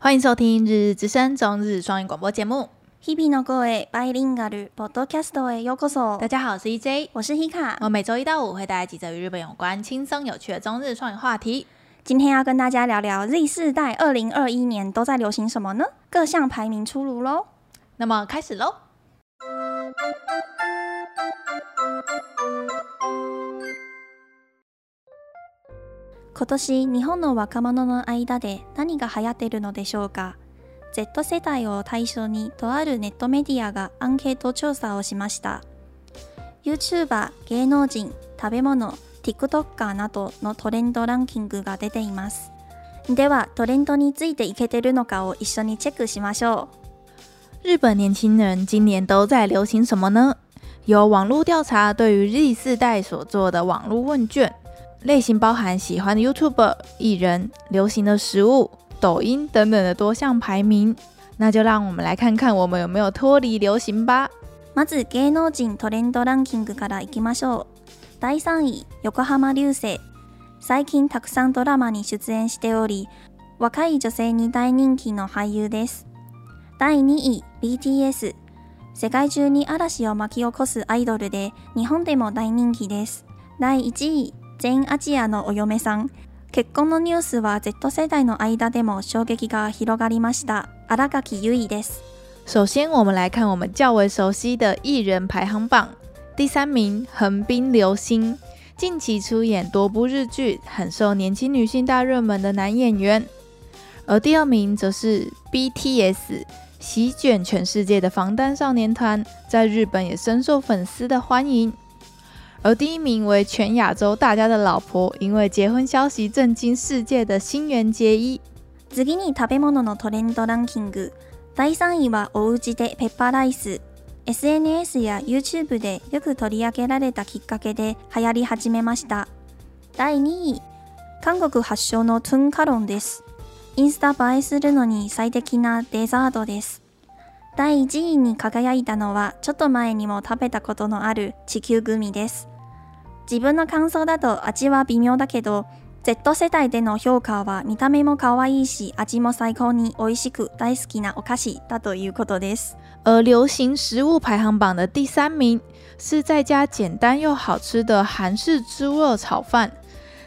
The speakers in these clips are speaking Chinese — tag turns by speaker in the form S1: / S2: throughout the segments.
S1: 欢迎收听《日日之声》中日双语广播节目。
S2: 日々の声バイリンガルポッドキャストへようこそ
S1: 大。家好，我是 EJ，
S2: 我是 Hika，
S1: 我每周一到五会带来几则与日本有关、轻松有趣的中日双语话题。
S2: 今天要跟大家聊聊 Z 世代二零二一年都在流行什么呢？各项排名出炉喽。
S1: 那么开始喽！
S2: 今年日本の若者の間で何が流行っているのでしょうか Z 世代を対象にとあるネットメディアがアンケート調査をしました YouTuber 芸能人食べ物 TikToker などのトレンドランキングが出ていますではトレンドについていけてるのかを一緒にチェックしましょ
S1: 日本年轻人今年都在流行什么呢？由网络调查对于 Z 世代所做的网络问卷，类型包含喜欢的 YouTuber、艺人、流行的食物、抖音等等的多项排名。那就让我们来看看我们有没有脱离流行吧。
S2: うまず芸能人トレンドランキングからいきましょう第3位横浜流星最近たくさんドラマに出演しており若い女性に大人気の俳優です第2位 BTS 世界中に嵐を巻き起こすアイドルで日本でも大人気です第1位全アジアのお嫁さん結婚のニュースは Z 世代の間でも衝撃が広がりました新垣結衣です
S1: 首先，我们来看我们较为熟悉的艺人排行榜，第三名横滨流星，近期出演多部日剧，很受年轻女性大热门的男演员。而第二名则是 BTS，席卷全世界的防弹少年团，在日本也深受粉丝的欢迎。而第一名为全亚洲大家的老婆，因为结婚消息震惊世界的新垣结衣。
S2: 次に食べ物のトレンドランキング第3位はおうちでペッパーライス SNS や YouTube でよく取り上げられたきっかけで流行り始めました第2位韓国発祥のトゥンカロンですインスタ映えするのに最適なデザートです第1位に輝いたのはちょっと前にも食べたことのある地球グミです自分の感想だと味は微妙だけど Z 世代での評価は見た目も可愛いし味も最高に美味しく大好きなお菓子だということです
S1: 而流行食物排行榜的第三名是在家简单又好吃的韩式猪肉炒饭，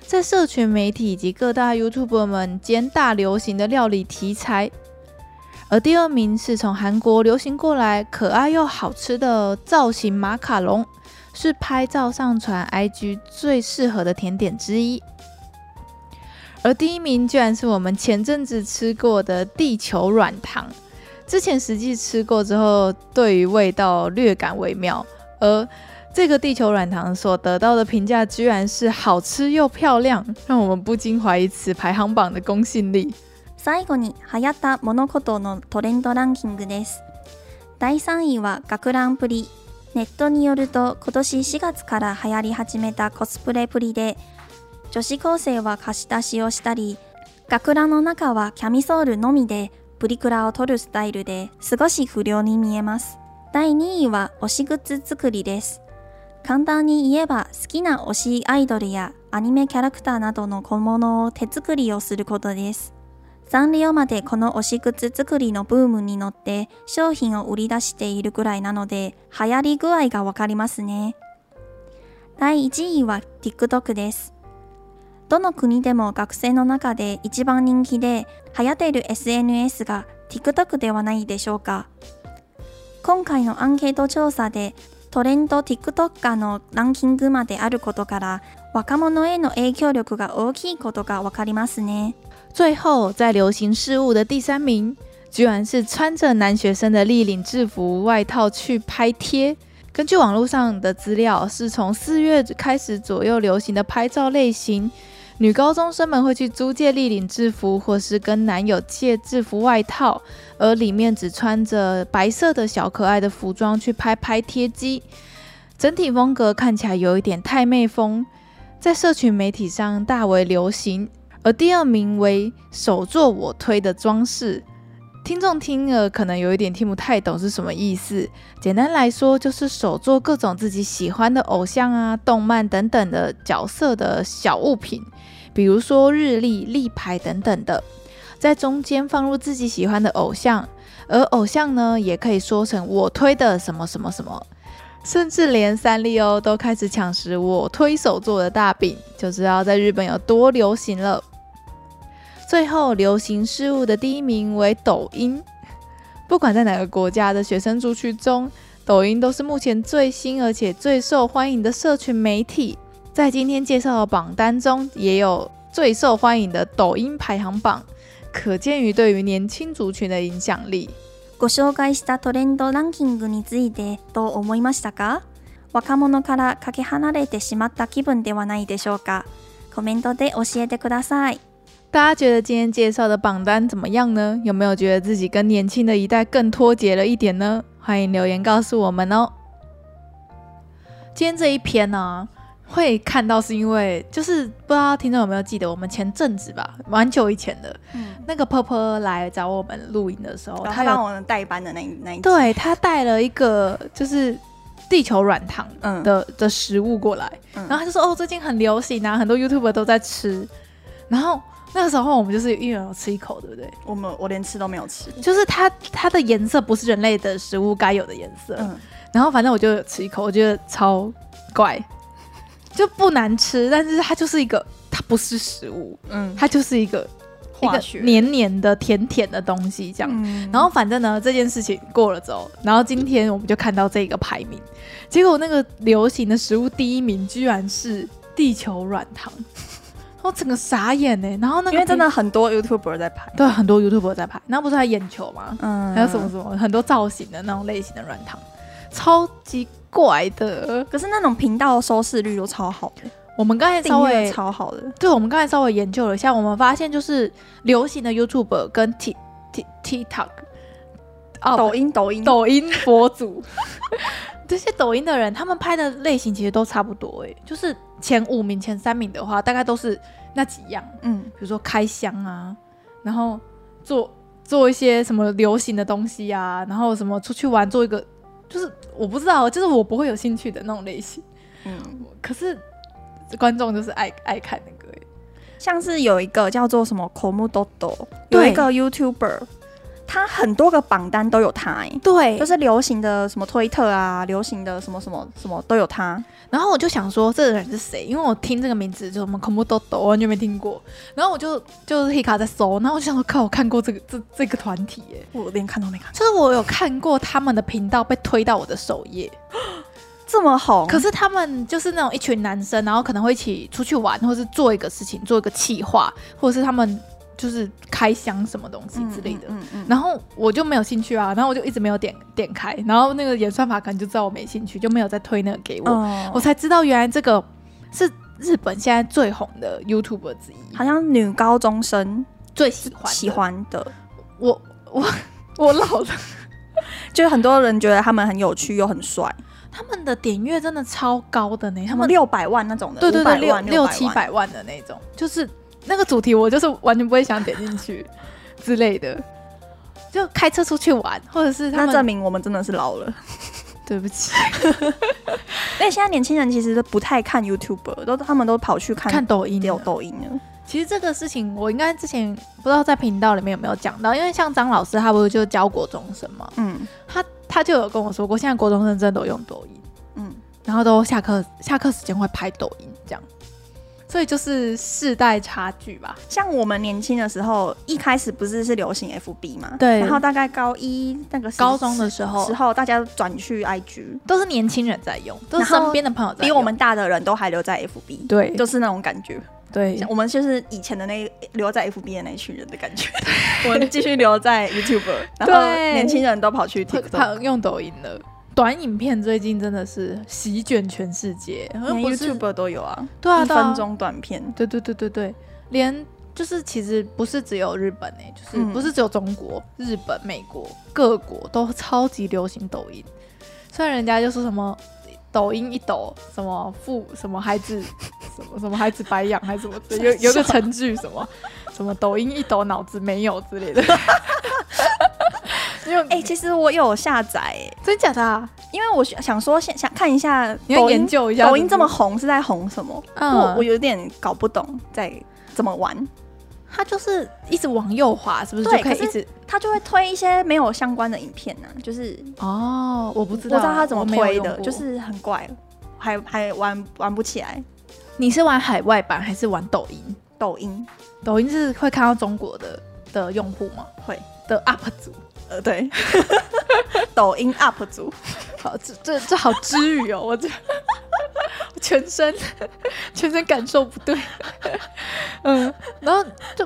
S1: 在社群媒体以及各大 YouTube 们间大流行的料理题材。而第二名是从韩国流行过来可爱又好吃的造型马卡龙，是拍照上传 IG 最适合的甜点之一。而第一名居然是我们前阵子吃过的地球软糖。之前实际吃过之后，对于味道略感微妙，而这个地球软糖所得到的评价居然是好吃又漂亮，让我们不禁怀疑此排行榜的公信力。
S2: 最後に流行った物事のトレンドランキングです第3位は学ランプリネットによると今年4月から流行り始めたコスプレプリで女子高生は貸し出しをしたり学ランの中はキャミソールのみでプリクラを撮るスタイルで少し不良に見えます第2位は推しグッズ作りです簡単に言えば好きな推しアイドルやアニメキャラクターなどの小物を手作りをすることですサンリオまでこの推し靴作りのブームに乗って商品を売り出しているくらいなので流行り具合がわかりますね。第1位は TikTok です。どの国でも学生の中で一番人気で流行っている SNS が TikTok ではないでしょうか。今回のアンケート調査でトレンド TikToker のランキングまであることから若者への影響力が大きいことがわかりますね。
S1: 最后，在流行事物的第三名，居然是穿着男学生的立领制服外套去拍贴。根据网络上的资料，是从四月开始左右流行的拍照类型，女高中生们会去租借立领制服，或是跟男友借制服外套，而里面只穿着白色的小可爱的服装去拍拍贴机。整体风格看起来有一点太妹风，在社群媒体上大为流行。而第二名为手作我推的装饰。听众听了可能有一点听不太懂是什么意思。简单来说，就是手做各种自己喜欢的偶像啊、动漫等等的角色的小物品，比如说日历、立牌等等的。在中间放入自己喜欢的偶像，而偶像呢，也可以说成我推的什么什么什么，甚至连三丽鸥都开始抢食我推手做的大饼，就知道在日本有多流行了。最后，流行事物的第一名为抖音。 不管在哪个国家的学生族群中，抖音都是目前最新而且最受欢迎的社群媒体。在今天介绍的榜单中，也有最受欢迎的抖音排行榜，可见于对于年轻族群的影响力。
S2: ご紹介したトレンドランキングについてどう思いましたか若者からかけ離れてしまった気分ではないでしょうかコメントで教えてください。
S1: 大家觉得今天介绍的榜单怎么样呢？有没有觉得自己跟年轻的一代更脱节了一点呢？欢迎留言告诉我们哦。今天这一篇呢、会看到是因为就是不知道听众有没有记得，我们前阵子吧，蛮久以前的
S2: 嗯，
S1: 那个婆婆来找我们录影的时候，她
S2: 他
S1: 有
S2: 帮我们代班的那一那一集，
S1: 对她带了一个就是地球软糖
S2: 嗯，
S1: 的的食物过来，
S2: 嗯
S1: 然后他就说哦，最近很流行啊，很多 YouTube 都在吃。然后那个时候我们就是一人有吃一口，对不对？
S2: 我们我连吃都没有吃，
S1: 就是它它的颜色不是人类的食物该有的颜色。
S2: 嗯，
S1: 然后反正我就吃一口，我觉得超怪，就不难吃，但是它就是一个它不是食物，
S2: 嗯，
S1: 它就是一个一
S2: 化
S1: 个
S2: 学
S1: 黏黏的甜甜的东西这样。
S2: 嗯
S1: 然后反正呢，这件事情过了之后，然后今天我们就看到这个排名，结果那个流行的食物第一名居然是地球软糖，我整个傻眼呢、然后那个
S2: 因为真的很多 YouTuber 在拍，
S1: 对很多 YouTube 在拍，那不是还眼球吗？
S2: 嗯，
S1: 还有什么？什么很多造型的那种类型的软糖，超级怪的。
S2: 可是那种频道收视率都超好的，
S1: 我们刚才稍
S2: 订阅
S1: 微
S2: 超好的，
S1: 对，我们刚才稍微研究了一下，我们发现就是流行的 YouTube 跟 T T TikTok 哦
S2: 抖音抖 音
S1: 抖音博主， 这些抖音的人，他们拍的类型其实都差不多哎、就是前五名、前三名的话，大概都是那几样，
S2: 嗯
S1: 比如说开箱啊，然后做做一些什么流行的东西啊，然后什么出去玩做一个，就是我不知道，就是我不会有兴趣的那种类型。
S2: 嗯，
S1: 可是观众就是爱爱看那个、欸，
S2: 像是有一个叫做什么 Komu Dodo，有
S1: 对
S2: 一个 YouTuber，他很多个榜单都有他、欸，
S1: 对
S2: 就是流行的什么推特啊，流行的什么什么什么都有他，
S1: 然后我就想说，这个人是谁？因为我听这个名字就我们恐怖豆豆，我完全没听过。然后我就就是 Hika 在搜，然后我就想说，靠，我看过这个这 这个团体耶，
S2: 我连看都没看，
S1: 就是我有看过他们的频道被推到我的首页。
S2: 这么红，
S1: 可是他们就是那种一群男生，然后可能会一起出去玩，或是做一个事情，做一个企划，或者是他们就是开箱什么东西之类的。
S2: 嗯嗯
S1: 然后我就没有兴趣啊，然后我就一直没有点点开，然后那个演算法可能就知道我没兴趣，就没有再推那个给我。
S2: 嗯
S1: 我才知道原来这个是日本现在最红的 YouTuber 之一，
S2: 好像女高中生
S1: 最喜欢的
S2: 喜欢的，
S1: 我我 我老了，
S2: 就是很多人觉得他们很有趣又很帅，
S1: 他们的点阅真的超高的呢，他
S2: 他们
S1: 们
S2: 六百万那种的，
S1: 对对对
S2: 500
S1: 六
S2: 万
S1: 六七，百万的那种，就是那个主题我就是完全不会想点进去之类的，就开车出去玩，或者是他
S2: 那证
S1: 们
S2: 明我们真的是老了。
S1: 对不起
S2: 因为现在年轻人其实都不太看 YouTube，都他们都跑去看
S1: 看抖音
S2: 有
S1: 了。
S2: 抖音了。
S1: 其实这个事情我应该之前不知道在频道里面有没有讲到，因为像张老师他不是就教国中生嘛，
S2: 嗯
S1: 他他就有跟我说过，现在国中生真的都用抖音，
S2: 嗯，
S1: 然后都下课下课时间会拍抖音这样，所以就是世代差距吧。
S2: 像我们年轻的时候，一开始不是是流行 FB 嘛？
S1: 对
S2: 然后大概高一那个时
S1: 高中的时
S2: 时
S1: 候
S2: 候，大家转去 IG，
S1: 都是年轻人在用，都
S2: 然
S1: 是
S2: 后
S1: 身边的朋友在
S2: 比
S1: 用，
S2: 我们大的人都还留在 FB，
S1: 对
S2: 就是那种感觉。
S1: 对
S2: 像我们就是以前的那留在 FB 的那一群人的 感觉，我们继续留在 YouTube，然后
S1: 对
S2: 年轻人都跑去
S1: 会
S2: TikTok。
S1: 他用抖音了。短影片最近真的是席卷全世界，好像
S2: 连
S1: 不是
S2: YouTube 都有啊，
S1: 对啊
S2: 一
S1: 对啊
S2: 分，钟短片，
S1: 对对对对对，连就是其实不是只有日本诶、就是
S2: 嗯
S1: 不是只有中国、日本、美国各国都超级流行抖音，虽然人家就说什么抖音一抖，什么富什么孩子什么什么孩子白养还是什么的，有 有个成句什么什么抖音一抖脑子没有之类的， 因为
S2: 哎、其实我有下载、欸，
S1: 真假的、啊，
S2: 因为我想想说想想看一下
S1: 你要
S2: 抖
S1: 研
S2: 音，
S1: 究一下
S2: 抖音
S1: 是
S2: 这
S1: 不
S2: 么
S1: 是
S2: 红是在红什么？
S1: 嗯
S2: 我我有点搞不懂在怎么玩。
S1: 它就是一直往右滑，是不是就
S2: 对
S1: 可以
S2: 可是
S1: 一直？
S2: 他就会推一些没有相关的影片呢、啊就是
S1: 哦，我不知
S2: 不知
S1: 道，
S2: 道他怎么
S1: 我没有
S2: 推
S1: 用
S2: 的，
S1: 过
S2: 就是很怪，哦还还玩玩不起来。
S1: 你是玩海外版还是玩抖音？
S2: 抖音
S1: 抖音是会看到中国的的用户吗？
S2: 会，
S1: 的 UP 主，
S2: 呃，对， 抖音 UP 主，
S1: 好，这这这好知语哦，我 这我全身全身感受不对， 嗯，然后就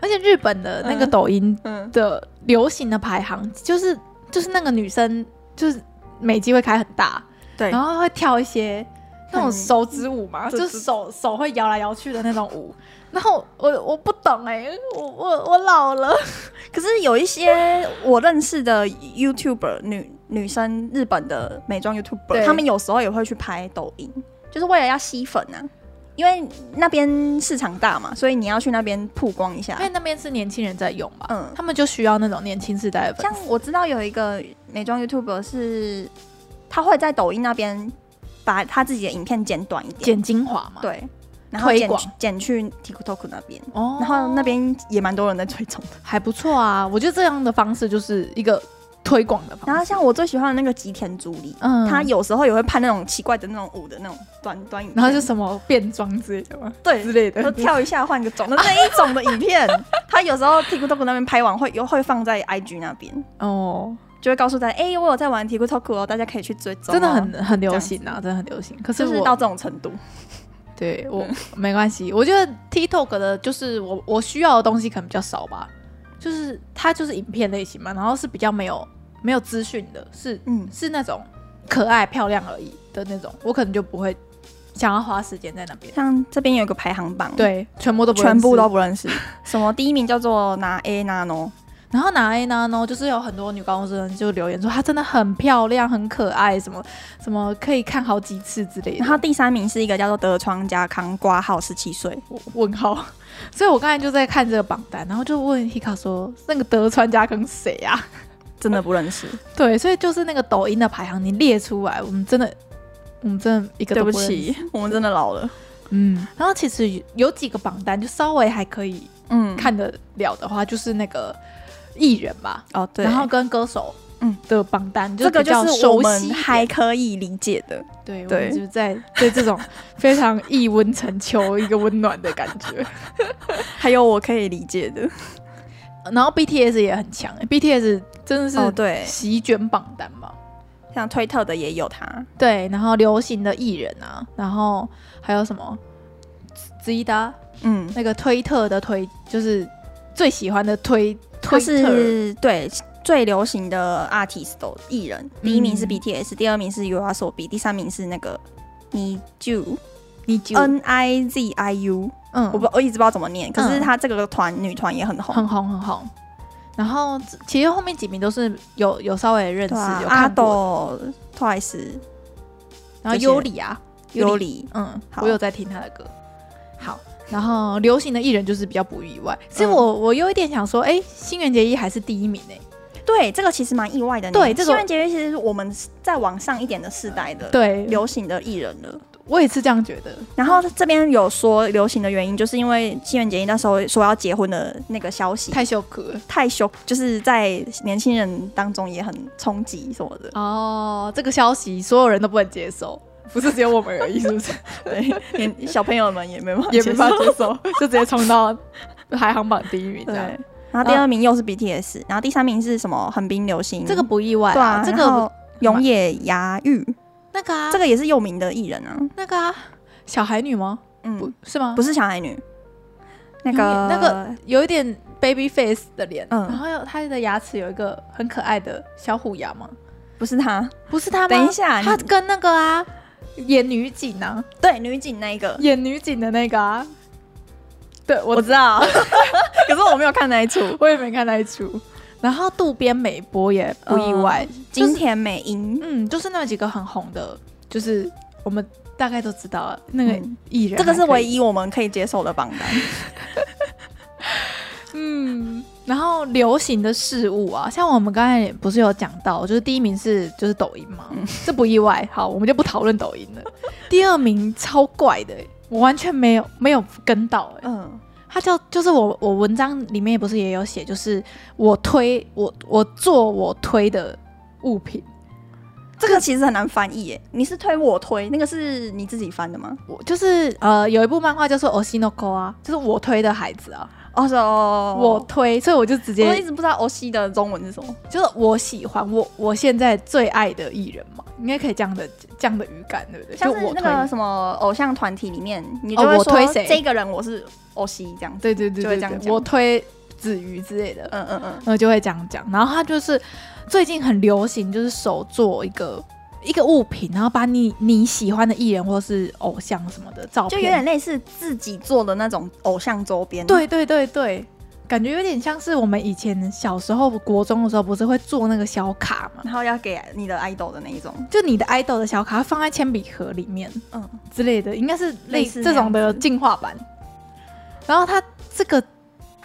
S1: 而且日本的那个
S2: 嗯
S1: 抖音
S2: 嗯，
S1: 的流行的排行，就是就是那个女生就是美肌会开很大，
S2: 对
S1: 然，后会跳一些那种
S2: 很
S1: 手指舞嘛，
S2: 这
S1: 就
S2: 这
S1: 手手会摇来摇去的那种舞。然后我我不懂哎、我我我老了，
S2: 可是有一些我认识的 YouTuber 女女生，日本的美妆
S1: 对
S2: YouTuber，她们有时候也会去拍抖音，就是为了要吸粉啊。因为那边市场大嘛，所以你要去那边曝光一下
S1: 因。为那边是年轻人在用嘛，
S2: 嗯
S1: 他们就需要那种年轻世代的粉
S2: 像我知道有一个美妆 YouTuber 是，她会在抖音那边把她自己的影片剪短一
S1: 丝
S2: 点，
S1: 剪精华嘛。，
S2: 对，然后
S1: 推
S2: 剪
S1: 广
S2: 去剪去 TikTok 那边，
S1: 哦
S2: 然后那边也蛮多人在追踪的。
S1: 还不错啊，我觉得这样的方式就是一个推广的方式。
S2: 然后像我最喜欢的那个吉田朱里，
S1: 嗯
S2: 她有时候也会拍那种奇怪的那种舞的那种短短影片，
S1: 然后就什么变装之类的嘛，
S2: 对
S1: 之类的
S2: 然后，跳一下换个种的那一种的 影片，她有时候 TikTok 那边拍完会又会放在 IG 那边。
S1: 哦，
S2: 就会告诉大家，哎、我有在玩 TikTok 哦，大家可以去追踪、哦。
S1: 真的很很流行啊，真的很流行。可是
S2: 就
S1: 我
S2: 是到这种程度。
S1: 对我
S2: 嗯
S1: 没关系，我觉得 TikTok 的就是我我需要的东西可能比较少吧，就是它就是影片类型嘛，然后是比较没有没有资讯的，是
S2: 嗯
S1: 是那种可爱漂亮而已的那种，我可能就不会想要花时间在那边。
S2: 像这边有个排行榜，，
S1: 对，全部都不认
S2: 嗯全
S1: 识
S2: 部都。不认识。 什么第一名叫做拿 A 拿 No，
S1: 然后哪 A 呢呢，就是有很多女高中生就留言说她真的很漂亮、很可爱，什么什么可以看好几次之类的
S2: 然。后第三名是一个叫做德川家康，挂号十七岁。
S1: 问号。 所以我刚才就在看这个榜单，然后就问 Hika 说：“那个德川家跟谁啊
S2: 真的不认 识，？”
S1: 对，所以就是那个抖音的排行，你列出来，我们真的，我们真的一个
S2: 对
S1: 都
S2: 不
S1: 认识。
S2: 起，我们真的老了。
S1: 嗯。然后其实有有几个榜单就稍微还可以
S2: 嗯，
S1: 看得了的话，就是那个艺人吧，
S2: 哦对，
S1: 然后跟歌手。
S2: 嗯
S1: 的榜单
S2: 这个
S1: 比较
S2: 就是我
S1: 熟悉一
S2: 们
S1: 点，
S2: 还可以理解的，
S1: 对，我
S2: 对
S1: 们就是在对这种非常一温成秋一个温暖的感觉。
S2: 还有我可以理解的。
S1: 然后 BTS 也很强、b t s 真的是
S2: 哦对，
S1: 席卷榜单嘛。
S2: 像推特的也有他，
S1: 对，然后流行的艺人啊，然后还有什么 z 达
S2: 嗯，
S1: 那个推特的推，就是最喜欢的推
S2: 他
S1: 推特。
S2: 是对最流行的 artist 都艺人，第一名是
S1: 嗯
S2: BTS，第二名是 YOASOBI，第三名是那个 NiziU。
S1: 你就
S2: N I Z I U，
S1: 嗯
S2: 呃我不我一直不知道怎么念，可
S1: 嗯
S2: 是她这个团女团也很红，
S1: 很红很红。然后其实后面几名都是有有稍微认识，
S2: 对啊
S1: 有
S2: 阿
S1: 看过。
S2: 斗、Twice、
S1: 然后
S2: 这些
S1: 尤里啊，
S2: 尤里，
S1: 嗯，
S2: 好
S1: 我有在听他的歌。好，然后流行的艺人就是比较不意外，所以
S2: 嗯
S1: 我、我有一点想说，哎、新垣结衣还是第一名哎、
S2: 对这个其实蛮意外的呢。
S1: 对这个
S2: 新垣结衣其实是我们在往上一点的世代的
S1: 对，
S2: 流行的艺人了。
S1: 我也是这样觉得。
S2: 然后这边有说流行的原因，就是因为新垣结衣那时候说要结婚的那个消息。
S1: 太羞愧了。。
S2: 太羞，就是在年轻人当中也很冲击什么的
S1: 哦，这个消息所有人都不能接受，不是只有我们而已，是不是？
S2: 对，连小朋友们也没办法
S1: 也
S2: 接受，
S1: 没办法接受，就直接冲到 排行榜第一名这
S2: 对
S1: 样。，
S2: 然后第二名又是 BTS，、然后第三名是什么？横滨流星，
S1: 这个不意外
S2: 对啊，
S1: 这
S2: 然
S1: 个
S2: 后永野芽郁，
S1: 那个啊，
S2: 这
S1: 这个
S2: 个也是有名的艺人啊，
S1: 那个啊，小孩女吗？
S2: 嗯，
S1: 不
S2: 不
S1: 是吗？
S2: 是小孩女，那
S1: 永
S2: 个
S1: 野那个有一点 baby face 的脸，
S2: 嗯
S1: 然后有她的牙齿有一个很可爱的小虎牙吗？
S2: 不是她，
S1: 不是她吗？
S2: 等一下
S1: 她
S2: 你
S1: 跟那个啊演女警啊，
S2: 对，女警那一个，
S1: 演女警的那个啊，对我
S2: 我知道， 可是我没有看那一出。
S1: 我也没看那一出。然后渡边美波也不意外，就
S2: 金
S1: 是
S2: 田美樱，
S1: 嗯，就是那几个很红的，就是我们大概都知道了那个
S2: 嗯
S1: 艺人、
S2: 这个是唯
S1: 一，
S2: 一我们可以接受的榜单。
S1: 嗯。然后流行的事物啊，像我们刚才不是有讲到，就是第一名是就是抖音嘛，
S2: 嗯
S1: 这不意外。好，我们就不讨论 抖音了。第二名超怪的欸、我完全没有没有跟到、欸，
S2: 嗯，
S1: 他就就是我我文章里面不是也有写，就是我推我我做我推的物品，
S2: 这个其实很难翻译耶。你是推我推，那个是你自己翻的吗？
S1: 我就是呃有一部漫画叫做《o s i n o k o 啊，就是我推的孩子啊，
S2: 哦，是哦，
S1: 我推，所以我就直
S2: 我一
S1: 接
S2: 直不知道欧西的中文是什么。
S1: 就是我喜欢我我现在最爱的艺人嘛，应该可以这样的这样的语感，对不对？
S2: 像
S1: 就是我
S2: 那
S1: 推，
S2: 个什么偶像团体里面，你就
S1: 哦
S2: 会
S1: 我
S2: 说、
S1: 推谁
S2: 这个人我是欧西这样子。
S1: 对对对
S2: 就会
S1: 对
S2: 这样
S1: 对
S2: 讲
S1: 我推子瑜之类的，呃
S2: 嗯嗯嗯，
S1: 然后就会这样讲。然后他就是最近很流行，就是手做一个一个物品，然后把你你喜欢的艺人或是偶像什么的照片，
S2: 就有点类似自己做的那种偶像周边。，
S1: 对对对对，感觉有点像是我们以前小时候国中的时候，不是会做那个小卡嘛？
S2: 然后要给你的 idol 的那一种。
S1: 就你的 idol 的小卡放在铅笔盒里面
S2: 嗯，
S1: 之类的，应该是类
S2: 类似
S1: 似
S2: 那
S1: 这
S2: 样
S1: 种的
S2: 子
S1: 进化版。然后它这个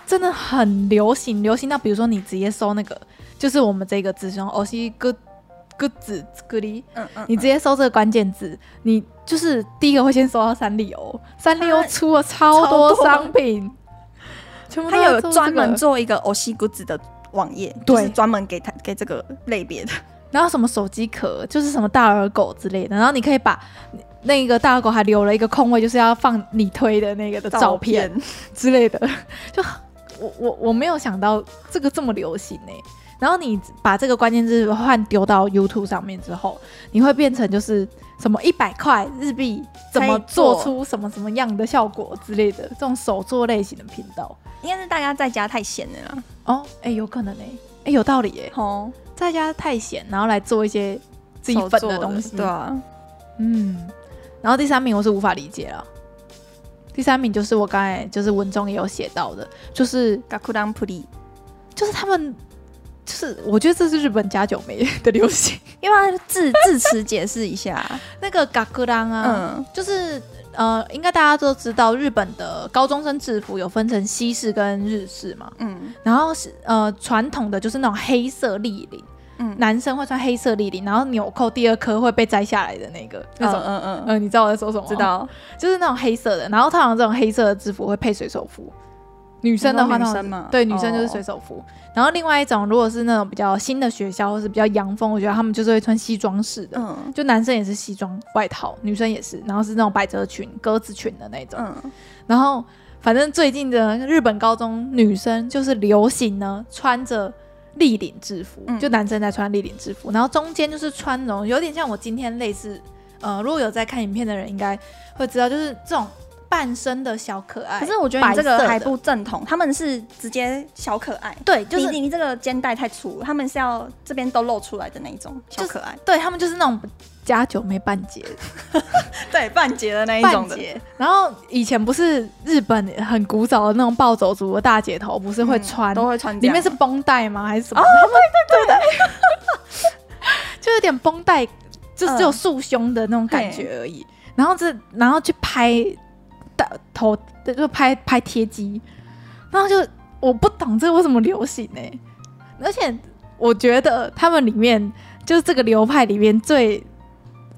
S1: 真的很流行，流行到比如说你直接搜那个，就是我们这个字上，欧西哥哥子格里，
S2: 嗯 嗯，
S1: 你直接搜这个关键字，你就是第一个会先搜到三丽鸥，三丽
S2: 啊
S1: 鸥出了超
S2: 超
S1: 多
S2: 多
S1: 商 品，全部都
S2: 嗯他有
S1: 在做这
S2: 专门
S1: 个
S2: 做一个欧西谷子的网页，就是
S1: 对
S2: 专门给他给这个类别的。
S1: 然后什么手机壳，就是什么大耳狗之类的，然后你可以把那个大耳狗还留了一个空位，就是要放你推的那个的照片之类的，就我我我没有想到这个这么流行呢、然后你把这个关键字换丢到 YouTube 上面之后，你会变成就是什么一百块日币怎么
S2: 可以做
S1: 做出什么什么样的效果之类的这种手作类型的频道
S2: 应该是大家在家太闲了啦。
S1: 哦，哎、有可能哎、哎、有道理哎、
S2: 哦，
S1: 在家太闲，然后来做一些自己
S2: 手
S1: 粉
S2: 做
S1: 的东西，
S2: 对啊，
S1: 嗯，然后第三名我是无法理解了。第三名就是我刚才就是文中也有写到的，就是
S2: ガクランプリ，
S1: 就是他们就是我觉得这是日本家酒妹的流行。
S2: 因为字字词解释一下，
S1: 那个嘎克郎啊，
S2: 嗯，
S1: 就是呃，应该大家都知道日本的高中生制服有分成西式跟日式嘛，
S2: 嗯
S1: 然后是呃传统的就是那种黑色立领，
S2: 嗯，
S1: 男生会穿黑色立领，然后纽扣第二颗会被摘下来的那个那种，
S2: 嗯嗯嗯，
S1: 呃，你知道我在说什么吗？
S2: 知道。
S1: 就是那种黑色的，然后通常这种黑色的制服会配水手服。女生的话，
S2: 你
S1: 通
S2: 说女
S1: 常
S2: 生嘛
S1: 对女生就是
S2: 哦
S1: 水手服。然后另外一种，如果是那种比较新的学校或是比较洋风，我觉得他们就是会穿西装式的，
S2: 嗯
S1: 就男生也是西装外套，女生也是，然后是那种百褶裙、鸽子裙的那种。
S2: 嗯，
S1: 然后反正最近的日本高中女生就是流行呢，穿着立领制服，
S2: 嗯
S1: 就男生在穿立领制服，然后中间就是穿那种有点像我今天类似，呃，如果有在看影片的人应该会知道，就是这种半身的小可爱。
S2: 可是我觉得你这
S1: 白色
S2: 个
S1: 的
S2: 还不正统，他们是直接小可爱，
S1: 对，就
S2: 你
S1: 是
S2: 你这个肩带太粗，他们是要这边都露出来的那一种小可爱，
S1: 对他们就是那种加九妹半截
S2: 对，半截的那一种
S1: 半
S2: 的，
S1: 截。然后以前不是日本很古早的那种暴走族的大姐头，不是会
S2: 嗯
S1: 穿、
S2: 都会穿这
S1: 里
S2: 样，
S1: 面是绷带吗？还是什么？
S2: 哦
S1: 他们对对对 就有点绷带，就是
S2: 嗯
S1: 只有束胸的那种感觉而已。然后这，然后去拍大头，就拍拍贴机，然后就我不懂这为什么流行呢、而且我觉得他们里面就是这个流派里面最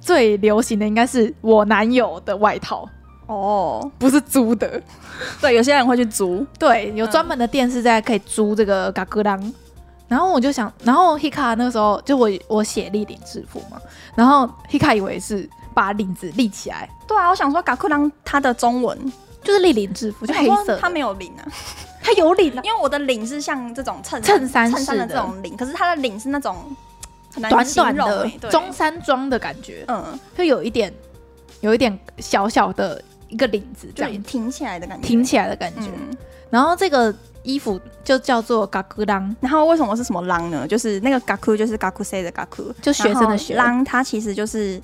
S1: 最流行的应该是我男友的外套，
S2: 哦，
S1: 不是租的。
S2: 对，有些人会去租，
S1: 对，有
S2: 嗯
S1: 专门的店是在可以租这个嘎格郎。然后我就想，然后 Hika 那个时候就我我写立领制服嘛，然后 Hika 以为是把领子立起来，
S2: 对啊，我想说嘎库郎它的中文
S1: 就是立领制服，就
S2: 我
S1: 黑
S2: 想说
S1: 色的，
S2: 它没有领啊，
S1: 它有领啊，
S2: 因为我的领是像这种衬
S1: 衬衫式的
S2: 衬衫的这种领，可是它的领是那种很难
S1: 短
S2: 形
S1: 啊短
S2: 容
S1: 的
S2: 欸对
S1: 中山装的感觉，
S2: 嗯，
S1: 就有一点有一点小小的一个领子这
S2: 就
S1: 样
S2: 挺起来的感觉，
S1: 挺起来的感觉。
S2: 嗯。
S1: 然后这个衣服就叫做嘎格郎，
S2: 然后为什么是什么狼呢？就是那个嘎库就是嘎库 C 的嘎库，
S1: 就学生的学
S2: 然后狼它其实就是。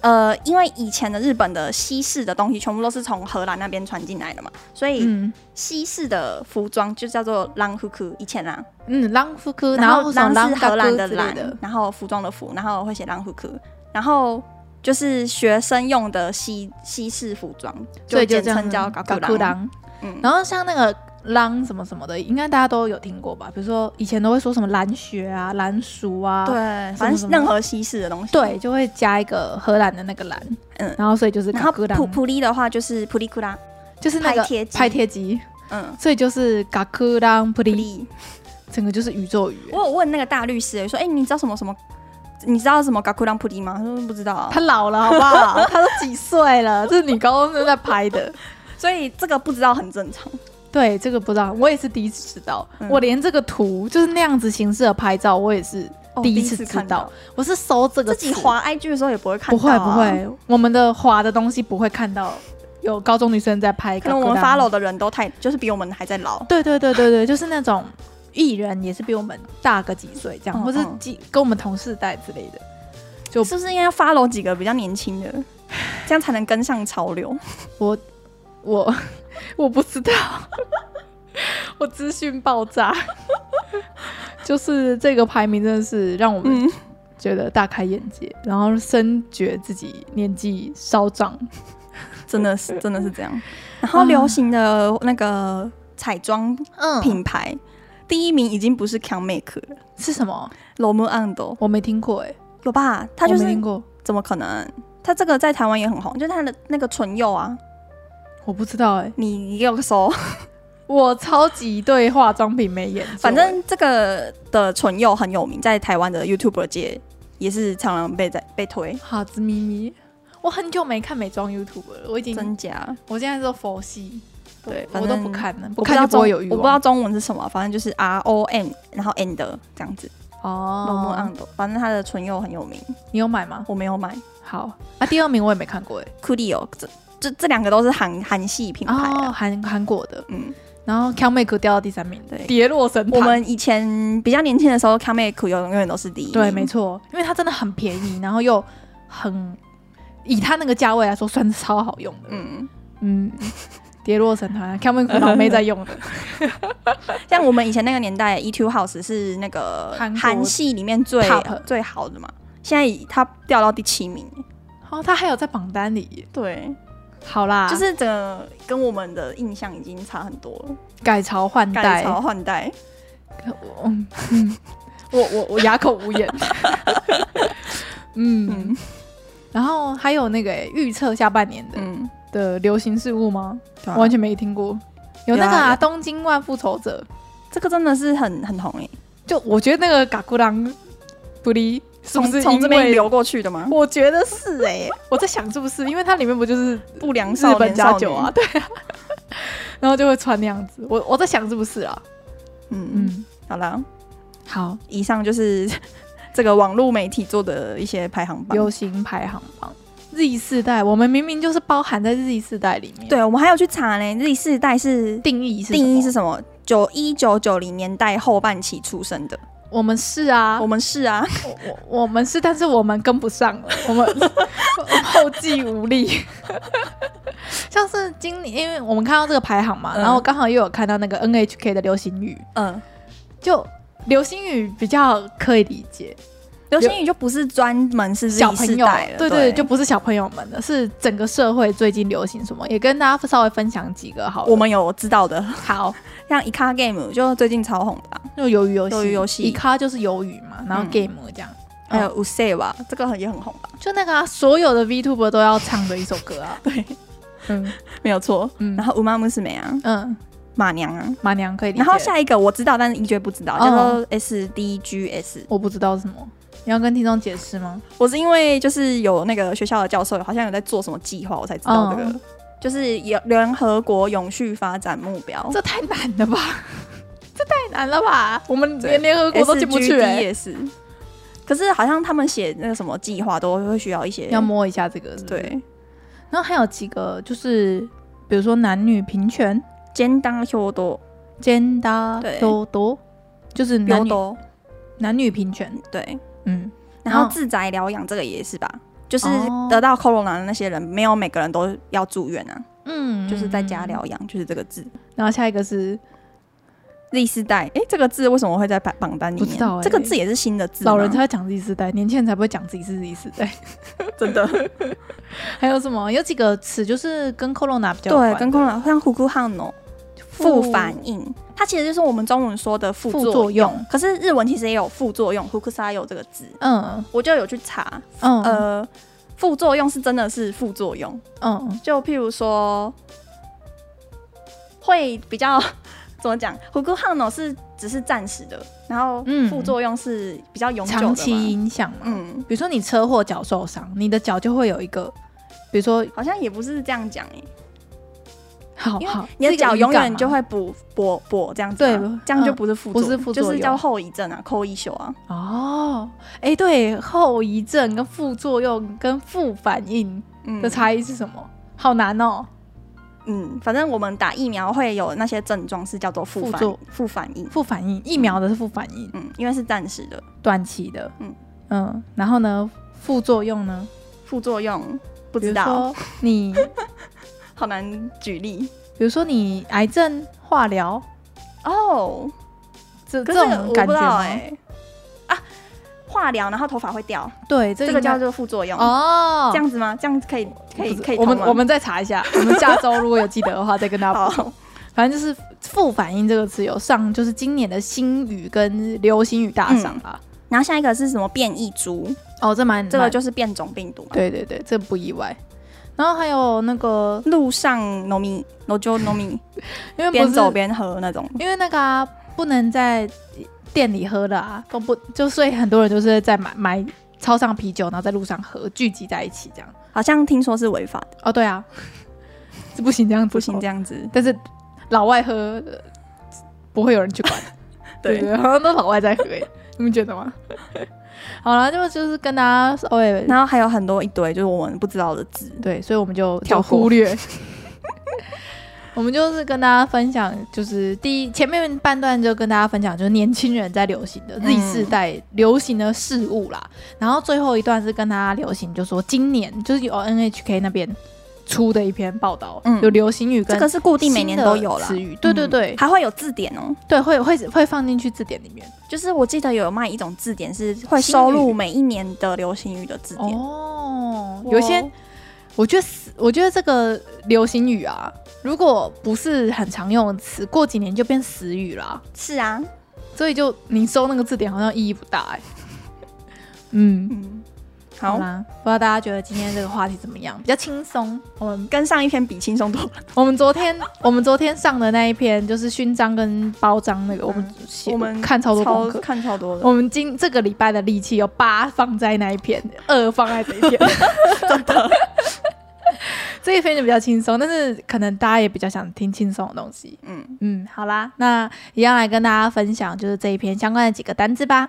S2: 呃，因为以前的日本的西式的东西全部都是从荷兰那边传进来的嘛，所以
S1: 嗯
S2: 西式的服装就叫做浪服裤。以前啊，
S1: 嗯，朗福克，
S2: 然后
S1: 后什么
S2: 狼是荷兰的
S1: 嘎格之类的
S2: 蓝，，然后服装的服，然后会写狼虎克，然后就是学生用的西西式服装，
S1: 所以就
S2: 简
S1: 这样
S2: 称叫
S1: 搞
S2: 嘎
S1: 酷
S2: 库狼。
S1: 狼。
S2: 嗯，
S1: 然后像那个狼什么什么的，应该大家都有听过吧？比如说以前都会说什么蓝雪啊、蓝鼠啊，
S2: 对，
S1: 什
S2: 反
S1: 么什
S2: 正
S1: 么
S2: 任何西式的东西。
S1: 对，，就会加一个荷兰的那个蓝，
S2: 嗯
S1: 然后所以就是
S2: 然后
S1: 嘎格
S2: 普
S1: 狼，
S2: 普利的话就是普利库拉，
S1: 就是那个
S2: 拍贴机
S1: 拍贴机，
S2: 嗯，
S1: 所以就是ガクランプ
S2: 不
S1: リ，
S2: 利。
S1: 整个就是宇宙语言。
S2: 我有问那个大律师，说：“哎、你知道什么什么？你知道什么嘎库朗普利吗？”他说：“不知道啊。
S1: 他老了好不好？他都几岁了？这是你高中生在拍的。”
S2: 所以这个不知道很正常。
S1: 对，这个不知道，我也是第一次知道。
S2: 嗯
S1: 我连这个图就是那样子形式的拍照，我也是
S2: 哦
S1: 第一次知
S2: 看
S1: 道。，我是搜这个
S2: 自己
S1: 词
S2: 滑 IG 的时候也不会看
S1: 不
S2: 到、啊
S1: 会不，会，我们的滑的东西不会看到有高中女生在拍。
S2: 可能我们
S1: 啊
S2: follow 的人都太就是比我们还在老。
S1: 对对对对对， 就是那种艺人也是比我们大个几岁这样，
S2: 嗯
S1: 或是
S2: 嗯
S1: 几跟我们同世代之类的。就是
S2: 不是应该 follow 几个比较年 轻的，这样才能跟上潮流？
S1: 我我 我不知道， 我资讯爆炸， 就是这个排名真的是让我们
S2: 嗯，
S1: 觉得大开眼界，然后深觉自己年纪稍长。
S2: 真 的是真的是这样。然后流行的那个彩妆
S1: 嗯
S2: 品牌、第一名已经不是 Can Make 了
S1: 是什么？
S2: ，Lom Ando
S1: 我没听过哎、欸，
S2: 有吧？它就
S1: 我没
S2: 是
S1: 听过，
S2: 怎么可能？它这个在台湾也很红，就是它的那个唇釉啊，
S1: 我不知道哎、
S2: 你你有 搜，
S1: 哦我超级对化妆品没研究欸、
S2: 反正这个的唇釉很有名，在台湾的 YouTuber 界也是常常被在被推。
S1: 哈子咪咪，我很久没看美妆 YouTube 了，我已经
S2: 真假？
S1: 我现在都佛系，
S2: 对，
S1: 我
S2: 反
S1: 都
S2: 正
S1: 不。看了，不
S2: 我不知道
S1: 看就不会有
S2: 中，
S1: 欲
S2: 我
S1: 望。
S2: 不知道中文是什么，反正就是 R O M，然后 and 这样子。罗姆
S1: 哦
S2: 安，朵，反正它的唇釉很有名，
S1: 你有买吗？
S2: 我没有买。
S1: 好，啊，第二名我也没看过哎、
S2: 库利欧这这这两个都是韩韩系品牌
S1: 哦，
S2: 啊。
S1: 韩韩国的，
S2: 嗯，
S1: 然后 c a m a k e 掉到第三名，
S2: 对
S1: 跌落神坛。
S2: 我们以前比较年轻的时候 c a m e k 永远都是第一名。
S1: 对，没错，因为它真的很便宜，然后又很以它那个价位来说，算是超好用的。嗯
S2: 嗯，
S1: 嗯，跌落神坛 c a m a k e 老妹在用 的，
S2: 像我们以前那个年代，E2 House 是那个
S1: 韩国
S2: 韩系里面最
S1: Top
S2: 最好的嘛。现在它掉到第七名，
S1: 哦，它还有在榜单里耶。
S2: 对，
S1: 好啦，
S2: 就是整个跟我们的印象已经差很多了，
S1: 改朝换
S2: 改
S1: 代，
S2: 朝换代。
S1: 嗯 嗯，我我我哑口无言。嗯，
S2: 嗯
S1: 然后还有那个耶预测下半年的、
S2: 嗯，
S1: 的流行事物吗？
S2: 对啊
S1: 完全没听过。有那个
S2: 有啊
S1: 啊，
S2: 有
S1: 东京万复仇者，
S2: 这个真的是很很红诶，
S1: 就我觉得那个嘎咕郎不离是不
S2: 从
S1: 是
S2: 从这
S1: 因
S2: 边
S1: 为
S2: 流过去的吗？
S1: 我觉得是哎、我在想是不是，因为它里面不就是
S2: 不良
S1: 日
S2: 少
S1: 本
S2: 年
S1: 加
S2: 少
S1: 酒
S2: 女
S1: 啊，，对啊，然后就会穿那样子。我我在想是不是啊？
S2: 嗯，
S1: 嗯，
S2: 好啦，
S1: 好，
S2: 以上就是 这个网络媒体做的一些排行榜。
S1: 流行排行榜 Z 世代，我们明明就是包含在 Z 世代里面。，
S2: 对，我们还有去查呢，Z 世代是
S1: 定义是
S2: 定义
S1: 什
S2: 是
S1: 么
S2: 什么？九一九九零年代后半期出生的，
S1: 我们是啊，
S2: 我
S1: 我
S2: 们是啊，
S1: 我我们是，但是我们跟不上 了，我们 我们后继无力。 像是今年，因为我们看到这个排行嘛，
S2: 嗯
S1: 然后刚好又有看到那个 NHK 的流行语，
S2: 嗯，
S1: 就流星雨比较可以理解，
S2: 流星雨就不是专门是 Z
S1: 小朋
S2: 世
S1: 友啊
S2: 代了，
S1: 对
S2: 对，
S1: 就不是小朋友们的，是整个社会最近流行什么，也跟大家稍微分享几个好了。
S2: 我们有知道的，
S1: 好，
S2: 像 e c a Game 就最近超红的啊、
S1: 就鱿鱼游戏，
S2: 鱿鱼游戏
S1: 一咖就是鱿鱼嘛，然后
S2: 嗯
S1: game 这样，
S2: 还有 Useva 这个也很红吧？。
S1: 就那个、啊、所有的 VTuber 都要唱的一首歌啊
S2: 对，
S1: 嗯
S2: 没有错。
S1: 嗯
S2: 然后 Uma Musume 啊，
S1: 嗯，
S2: 马娘啊，
S1: 马娘可以理解。
S2: 然后下一个我知道，但是一绝不知道，叫
S1: 哦
S2: 做 SDGS。
S1: 我不知道是什么，你要跟听众解释吗？
S2: 我是因为就是有那个学校的教授好像有在做什么计划，我才知道这个，
S1: 嗯
S2: 就是有联合国永续发展目标。
S1: 这太难了吧， 这太难了吧，我们
S2: 对
S1: 连联合国都进不去、
S2: SGD
S1: 欸。
S2: 也是。可是好像他们写那个什么计划都会需要一些
S1: 要摸一嗯下这个，是不是。
S2: 对
S1: 然后还有几个就是，比如说男女平权、
S2: 简单许多
S1: 兼搭
S2: 对
S1: 多多，就是男
S2: 有
S1: 女
S2: 多
S1: 男女平权。
S2: 对，
S1: 嗯，
S2: 然后
S1: 哦
S2: 自宅疗养这个也是吧，就是
S1: 哦
S2: 得到 corona 的那些人，没有每个人都要住院啊，
S1: 嗯
S2: 就是在家。
S1: 嗯
S2: 疗养，就是这个字。
S1: 然后下一个是
S2: Z 世代，哎、这个字为什么会在榜榜单里面？
S1: 不知道欸
S2: 这个字也是新的字吗，
S1: 老人 才会讲自己世代，年轻人才不会讲自己是自己世代。
S2: 真的
S1: 还有什么？有几个词就是跟 corona 比较有
S2: 对，
S1: 关
S2: 跟空了像呼呼汗哦，副反应，它其实就是我们中文说的副
S1: 副
S2: 作
S1: 作用。
S2: 可是日文其实也有副作用，呼克沙有这个字，
S1: 嗯
S2: 我就有去查，
S1: 嗯、
S2: 呃，副作用是真的是副作用，
S1: 嗯，
S2: 就譬如说，会比较怎么讲？胡姑汗呢是只是暂时的，然后
S1: 嗯
S2: 副作用是比较永久的
S1: 长
S2: 嘛。
S1: 期影响嘛。
S2: 嗯，
S1: 比如说你车祸脚受伤，你的脚就会有一个，比如说
S2: 好像也不是这样讲哎、
S1: 好
S2: 因为
S1: 好，
S2: 你的
S1: 是一个
S2: 脚
S1: 语
S2: 永
S1: 感
S2: 远
S1: 嘛
S2: 就会补补补这样子啊、
S1: 对
S2: 这样就
S1: 嗯
S2: 不是副
S1: 不
S2: 作
S1: 是
S2: 用，
S1: 副
S2: 就
S1: 作
S2: 是
S1: 用
S2: 叫后遗症啊，扣一宿啊。
S1: 哦，哎、对，后遗症跟副作用跟副反应
S2: 嗯
S1: 的差异是什么？好难哦。
S2: 嗯，反正我们打疫苗会有那些症状是叫做副
S1: 副
S2: 反
S1: 作
S2: 副反应，
S1: 副反应疫苗的是副反应，
S2: 嗯，因为是暂时的
S1: 短期的，
S2: 嗯
S1: 嗯然后呢，副作用呢？
S2: 副作用，不
S1: 比
S2: 知
S1: 如
S2: 道，
S1: 说你，
S2: 好难举例
S1: 比如说你癌症化疗，
S2: 哦。
S1: 这
S2: 可
S1: 这
S2: 是我
S1: 种
S2: 不
S1: 感
S2: 知
S1: 觉
S2: 道
S1: 吗？
S2: 哎、啊，化疗然后头发会掉，
S1: 对，这
S2: 这个叫
S1: 做
S2: 做副作用。
S1: 哦，
S2: 这样子吗？这样可以可以
S1: 不是
S2: 可以
S1: 我
S2: 通
S1: 们
S2: 吗。
S1: 我们再查一下， 我们下周如果有记得的话再跟大家
S2: 好，
S1: 反正就是“副反应”这个词有上，就是今年的新语跟流行语大赏啦。
S2: 然后下一个是什么变异株？
S1: 哦，这蛮
S2: 嗯这个
S1: 蛮
S2: 就是变种病毒嘛。
S1: 对对对，这不意外。然后还有那个，
S2: 路上农民，路就农民，
S1: 因为 不
S2: 边
S1: 是
S2: 走边喝那种。
S1: 因为那个啊，不能在店里喝的啊，都不就所以很多人就是在买买超商啤酒，然后在路上喝，聚集在一起这样。
S2: 好像听说是违法的，
S1: 哦，对啊， 是不行这样子，
S2: 不行这
S1: 样。
S2: 样子。
S1: 但是老外喝、呃不会有人去管。对
S2: 对，
S1: 对，好像都老外在喝耶，你们觉得吗？ 好了，就就是跟大家稍微
S2: 然后还有很多一堆就是我们不知道的字。
S1: 对，所以我们就
S2: 跳
S1: 就
S2: 过
S1: 忽略。 我们就是跟大家分享，就是第一前面半段就跟大家分享，就是年轻人在流行的 Z
S2: 嗯
S1: 世代流行的事物啦。然后最后一段是跟大家流行，就说今年就是有 NHK 那边出的一篇报道，
S2: 嗯
S1: 有流行语跟
S2: 这个是固定每年都有
S1: 新
S2: 啦
S1: 的词。语，对对
S2: 嗯
S1: 对、
S2: 还会有字典哦。
S1: 对，会会会放进去字典里面。
S2: 就是我记得有卖一种字典，是会收
S1: 新
S2: 录
S1: 语
S2: 每一年的流行语的字典。
S1: 哦，
S2: 哇
S1: 有一些我觉得死，我觉得这个流行语啊，如果不是很常用的词，过几年就变死语啦。
S2: 是啊，
S1: 哦所以就你搜那个字典好像意义不大哎、嗯，
S2: 嗯，
S1: 好
S2: 好，
S1: 啦，不知道大家觉得今天这个话题怎么样？比较轻松。我们
S2: 跟上一篇比轻松多了。
S1: 我们昨天我们昨天上的那一篇就是勋章跟包章那个，我们
S2: 嗯
S1: 写
S2: 我们
S1: 看超多哦功课。
S2: 看超多的，
S1: 我们今这个礼拜的力气有八放在那一篇，二放在这一篇，真的。这一篇就比较轻松，但是可能大家也比较想听轻松的东西。
S2: 嗯，
S1: 嗯，好啦，那一样来跟大家分享就是这一篇相关的几个单字吧。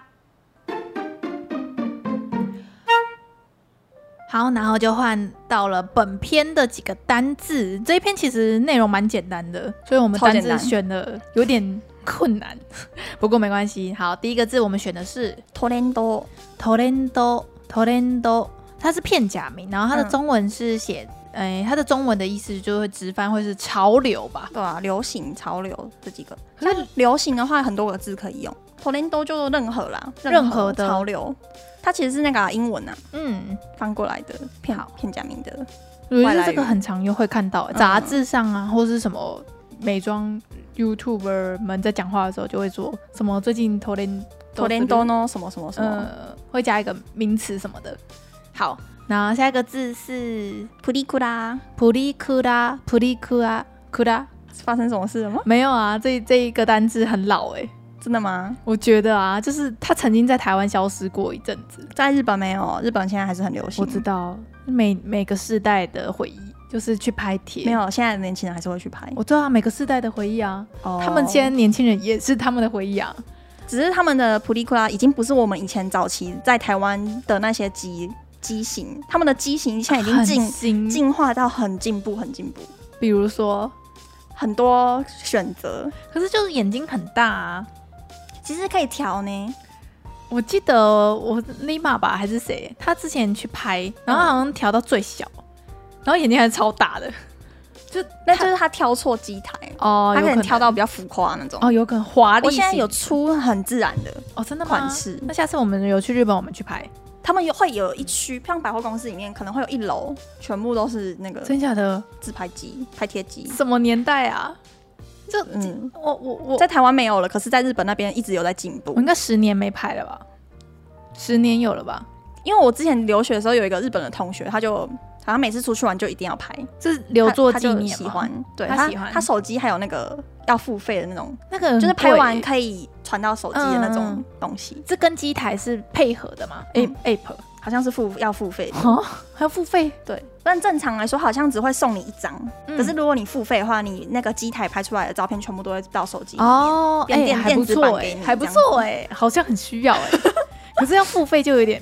S1: 好，然后就换到了本篇的几个单字。这一篇其实内容蛮简单的，所以我们
S2: 超
S1: 单
S2: 简
S1: 字
S2: 单
S1: 选的有点困难， 不过没关系。好，第一个字我们选的是
S2: トレンド，
S1: トレンド，トレンド，它是片假名，然后它的
S2: 嗯
S1: 中文是写，哎、它的中文的意思就会直翻会是潮流吧？
S2: 对啊，流行、潮流这几个。
S1: 可是
S2: 流行的话，很多个字可以用。トレンド就任何啦，
S1: 任何的
S2: 潮流，它其实是那个啊、英文啊
S1: 嗯，
S2: 翻过来的片
S1: 好
S2: 片假名的，
S1: 我觉
S2: 外
S1: 得
S2: 来
S1: 这个
S2: 语
S1: 很常用，会看到、欸
S2: 嗯
S1: 杂志上啊，或是什么美妆 YouTuber 们在讲话的时候，就会说什么最近头连
S2: トレンドの什么什么什么，
S1: 哦呃，会加一个名词什么的。好，然后下一个字是
S2: プリクラ
S1: 普利库拉，普利库拉，库拉
S2: 发生什么事了吗？
S1: 没有啊，这这一个单字很老哎、
S2: 真的吗？
S1: 我觉得啊，就是它曾经在台湾消失过一阵子。
S2: 在日本没有，日本现在还是很流行。
S1: 我知道每每个世代的回忆，就是去拍贴。
S2: 没，有，现在的年轻人还是会去拍。
S1: 我知道啊，每个世代的回忆啊。
S2: 哦
S1: 他们现在
S2: 先，
S1: 年轻人也是他们的回忆啊。
S2: 只是他们的普利库拉已经不是我们以前早期在台湾的那些机机型，他们的机型现在已经进
S1: 进
S2: 进化到很进步，很进步，
S1: 比如说，
S2: 很多选择，
S1: 可是就是眼睛很大啊。
S2: 其实可以调呢。
S1: 我记得我立马吧还是谁，他之前去拍，然后好像调到最小，然后眼睛还超大的，就
S2: 那就是他挑错机台，
S1: 哦，
S2: 他
S1: 有
S2: 可
S1: 可
S2: 能
S1: 能
S2: 挑到比较浮夸那种。
S1: 哦，有可能华丽
S2: 我
S1: 型。
S2: 现在有出很自然的
S1: 哦，真的吗
S2: 款。式，
S1: 那下次我们有去日本，我们去拍，
S2: 他们有会有一区，像百货公司里面可能会有一楼全部都是那个
S1: 真假的？
S2: 自拍机、拍贴机。
S1: 什么年代啊？就、
S2: 嗯，
S1: 我我我，
S2: 在台湾没有了，可是在日本那边一直有在进步
S1: 我应。该十年没拍了吧？十年有了吧？
S2: 因为我之前留学的时候有一个日本的同学，他就好像每次出去玩就一定要拍，
S1: 是留作
S2: 他
S1: 纪
S2: 他就
S1: 念吗
S2: 喜欢，对
S1: 他
S2: 他
S1: 喜欢嗯
S2: 他手机还有那个要付费的那种，
S1: 那个很
S2: 就是拍
S1: 贵
S2: 完
S1: 耶
S2: 可以传到手机的那
S1: 嗯
S2: 种
S1: 嗯
S2: 东西，
S1: 这跟机台是配合的吗
S2: 嗯
S1: ？A app
S2: 好像是付要付费 的。
S1: 哦，还要付费？
S2: 对，不然正常来说好像只会送你一张，
S1: 嗯
S2: 可是如果你付费的话，你那个机台拍出来的照片全部都会到手机里面。
S1: 哦，
S2: 变
S1: 哎、
S2: 电
S1: 还不
S2: 电子
S1: 错
S2: 版
S1: 哎、
S2: 给你
S1: 还不错哎、好像很需要 哎、可是要付费就有点，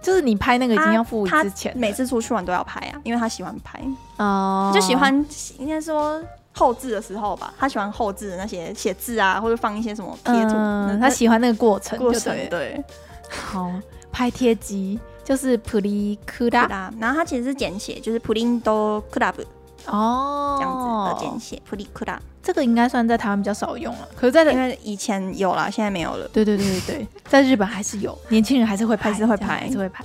S1: 就是你拍那个已经要付一
S2: 他
S1: 次钱了，
S2: 每次出去玩都要拍啊，因为他喜欢拍，啊
S1: 哦，
S2: 就喜欢应该说后置的时候吧，他喜欢后置的那些写字啊，或者放一些什么贴图，那
S1: 嗯，他喜欢那个过程
S2: 那
S1: 就对
S2: 过
S1: 了，
S2: 程对。
S1: 好拍贴机就是プリクラ
S2: 啦，啊然后它其实是简写，就是プリントクラブ
S1: 哦，
S2: 这样子的简写，プリクラ。
S1: 这个应该算在台湾比较少用了，可是在
S2: 因为以前有啦，现在没有了。
S1: 对对对对 对，在日本还是有年轻人还是会拍，
S2: 还是会
S1: 这样
S2: 拍
S1: 还是会拍。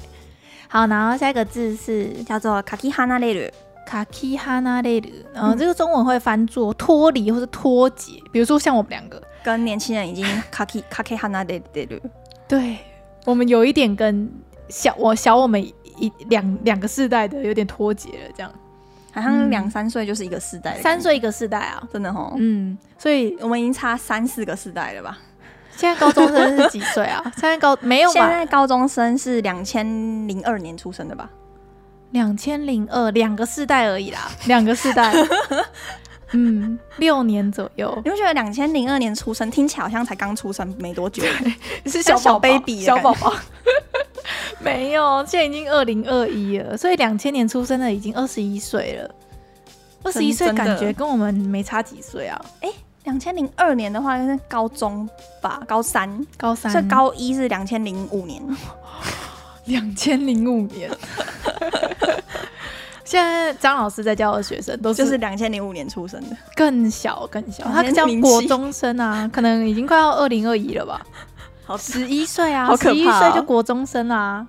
S1: 好，然后下一个字是
S2: 叫做卡き離れる，
S1: 卡キ哈ナレル，然后这个中文会翻作脱离或是脱节，比如说像我们两个，
S2: 跟年轻人已经卡き 卡き離れてる。
S1: 对我们有一点跟小我小我们一两两个世代的有点脱节了，这样
S2: 好像
S1: 嗯
S2: 两三岁就是一个世代的感
S1: 三
S2: 觉，
S1: 岁一个世代啊，
S2: 真的吼，
S1: 嗯，所以
S2: 我们已经差三四个世代了吧？
S1: 现在高中生是几岁 啊？现在高没有
S2: 现
S1: 吧？
S2: 在高中生是两千零二年出生的吧？
S1: 两千零二两个世代而已啦，两个世 代，嗯，六年左右
S2: 你会觉得两千零二年出生听起来好像才刚出生没多久，
S1: 是
S2: 像
S1: 宝
S2: 小
S1: 宝
S2: baby 的
S1: 小
S2: 感
S1: 宝
S2: 觉
S1: 宝。 没有，现在已经二零二一了，所以两千年出生的已经二十一岁了。二十一岁
S2: 真的
S1: 感觉跟我们没差几岁啊，
S2: 两千零二年的话应该是高中吧，高三，
S1: 高三，哦
S2: 所以高一是两千零五年，
S1: 两千零五年。 现在张老师在教的学生都
S2: 就是是两千零五年出生的。
S1: 更小更小，
S2: 两
S1: 他
S2: 千
S1: 教
S2: 零七
S1: 国中生啊，可能已经快要二零二一了吧，
S2: 好
S1: 十一岁啊，
S2: 好可
S1: 十一
S2: 怕哦
S1: 岁就国中生啊，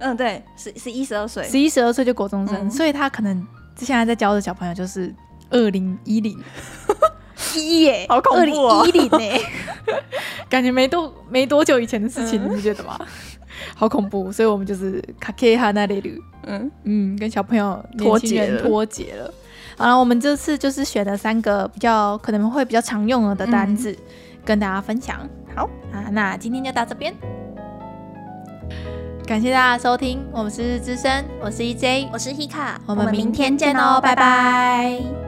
S2: 嗯，对，十十一十二岁，
S1: 十一、十二岁就国中生，
S2: 嗯
S1: 所以他可能现在在教的小朋友就是二零一零一耶，
S2: 好恐怖哦
S1: 二零一零耶，感觉没多没多久以前的事
S2: 嗯
S1: 情，你不觉得吗？ 好恐怖，所以我们就是卡け哈那里鲁，
S2: 嗯，
S1: 嗯，跟小朋友
S2: 脱节
S1: 年轻人
S2: 了
S1: 脱节了。好了，我们这次就是选了三个比较可能会比较常用的单字、
S2: 嗯
S1: 跟大家分享。
S2: 好
S1: 啊，那今天就到这边，感谢大家的收听，我们是日之声，我是 EJ，
S2: 我是 Hika，
S1: 哦我们明天见哦，拜拜。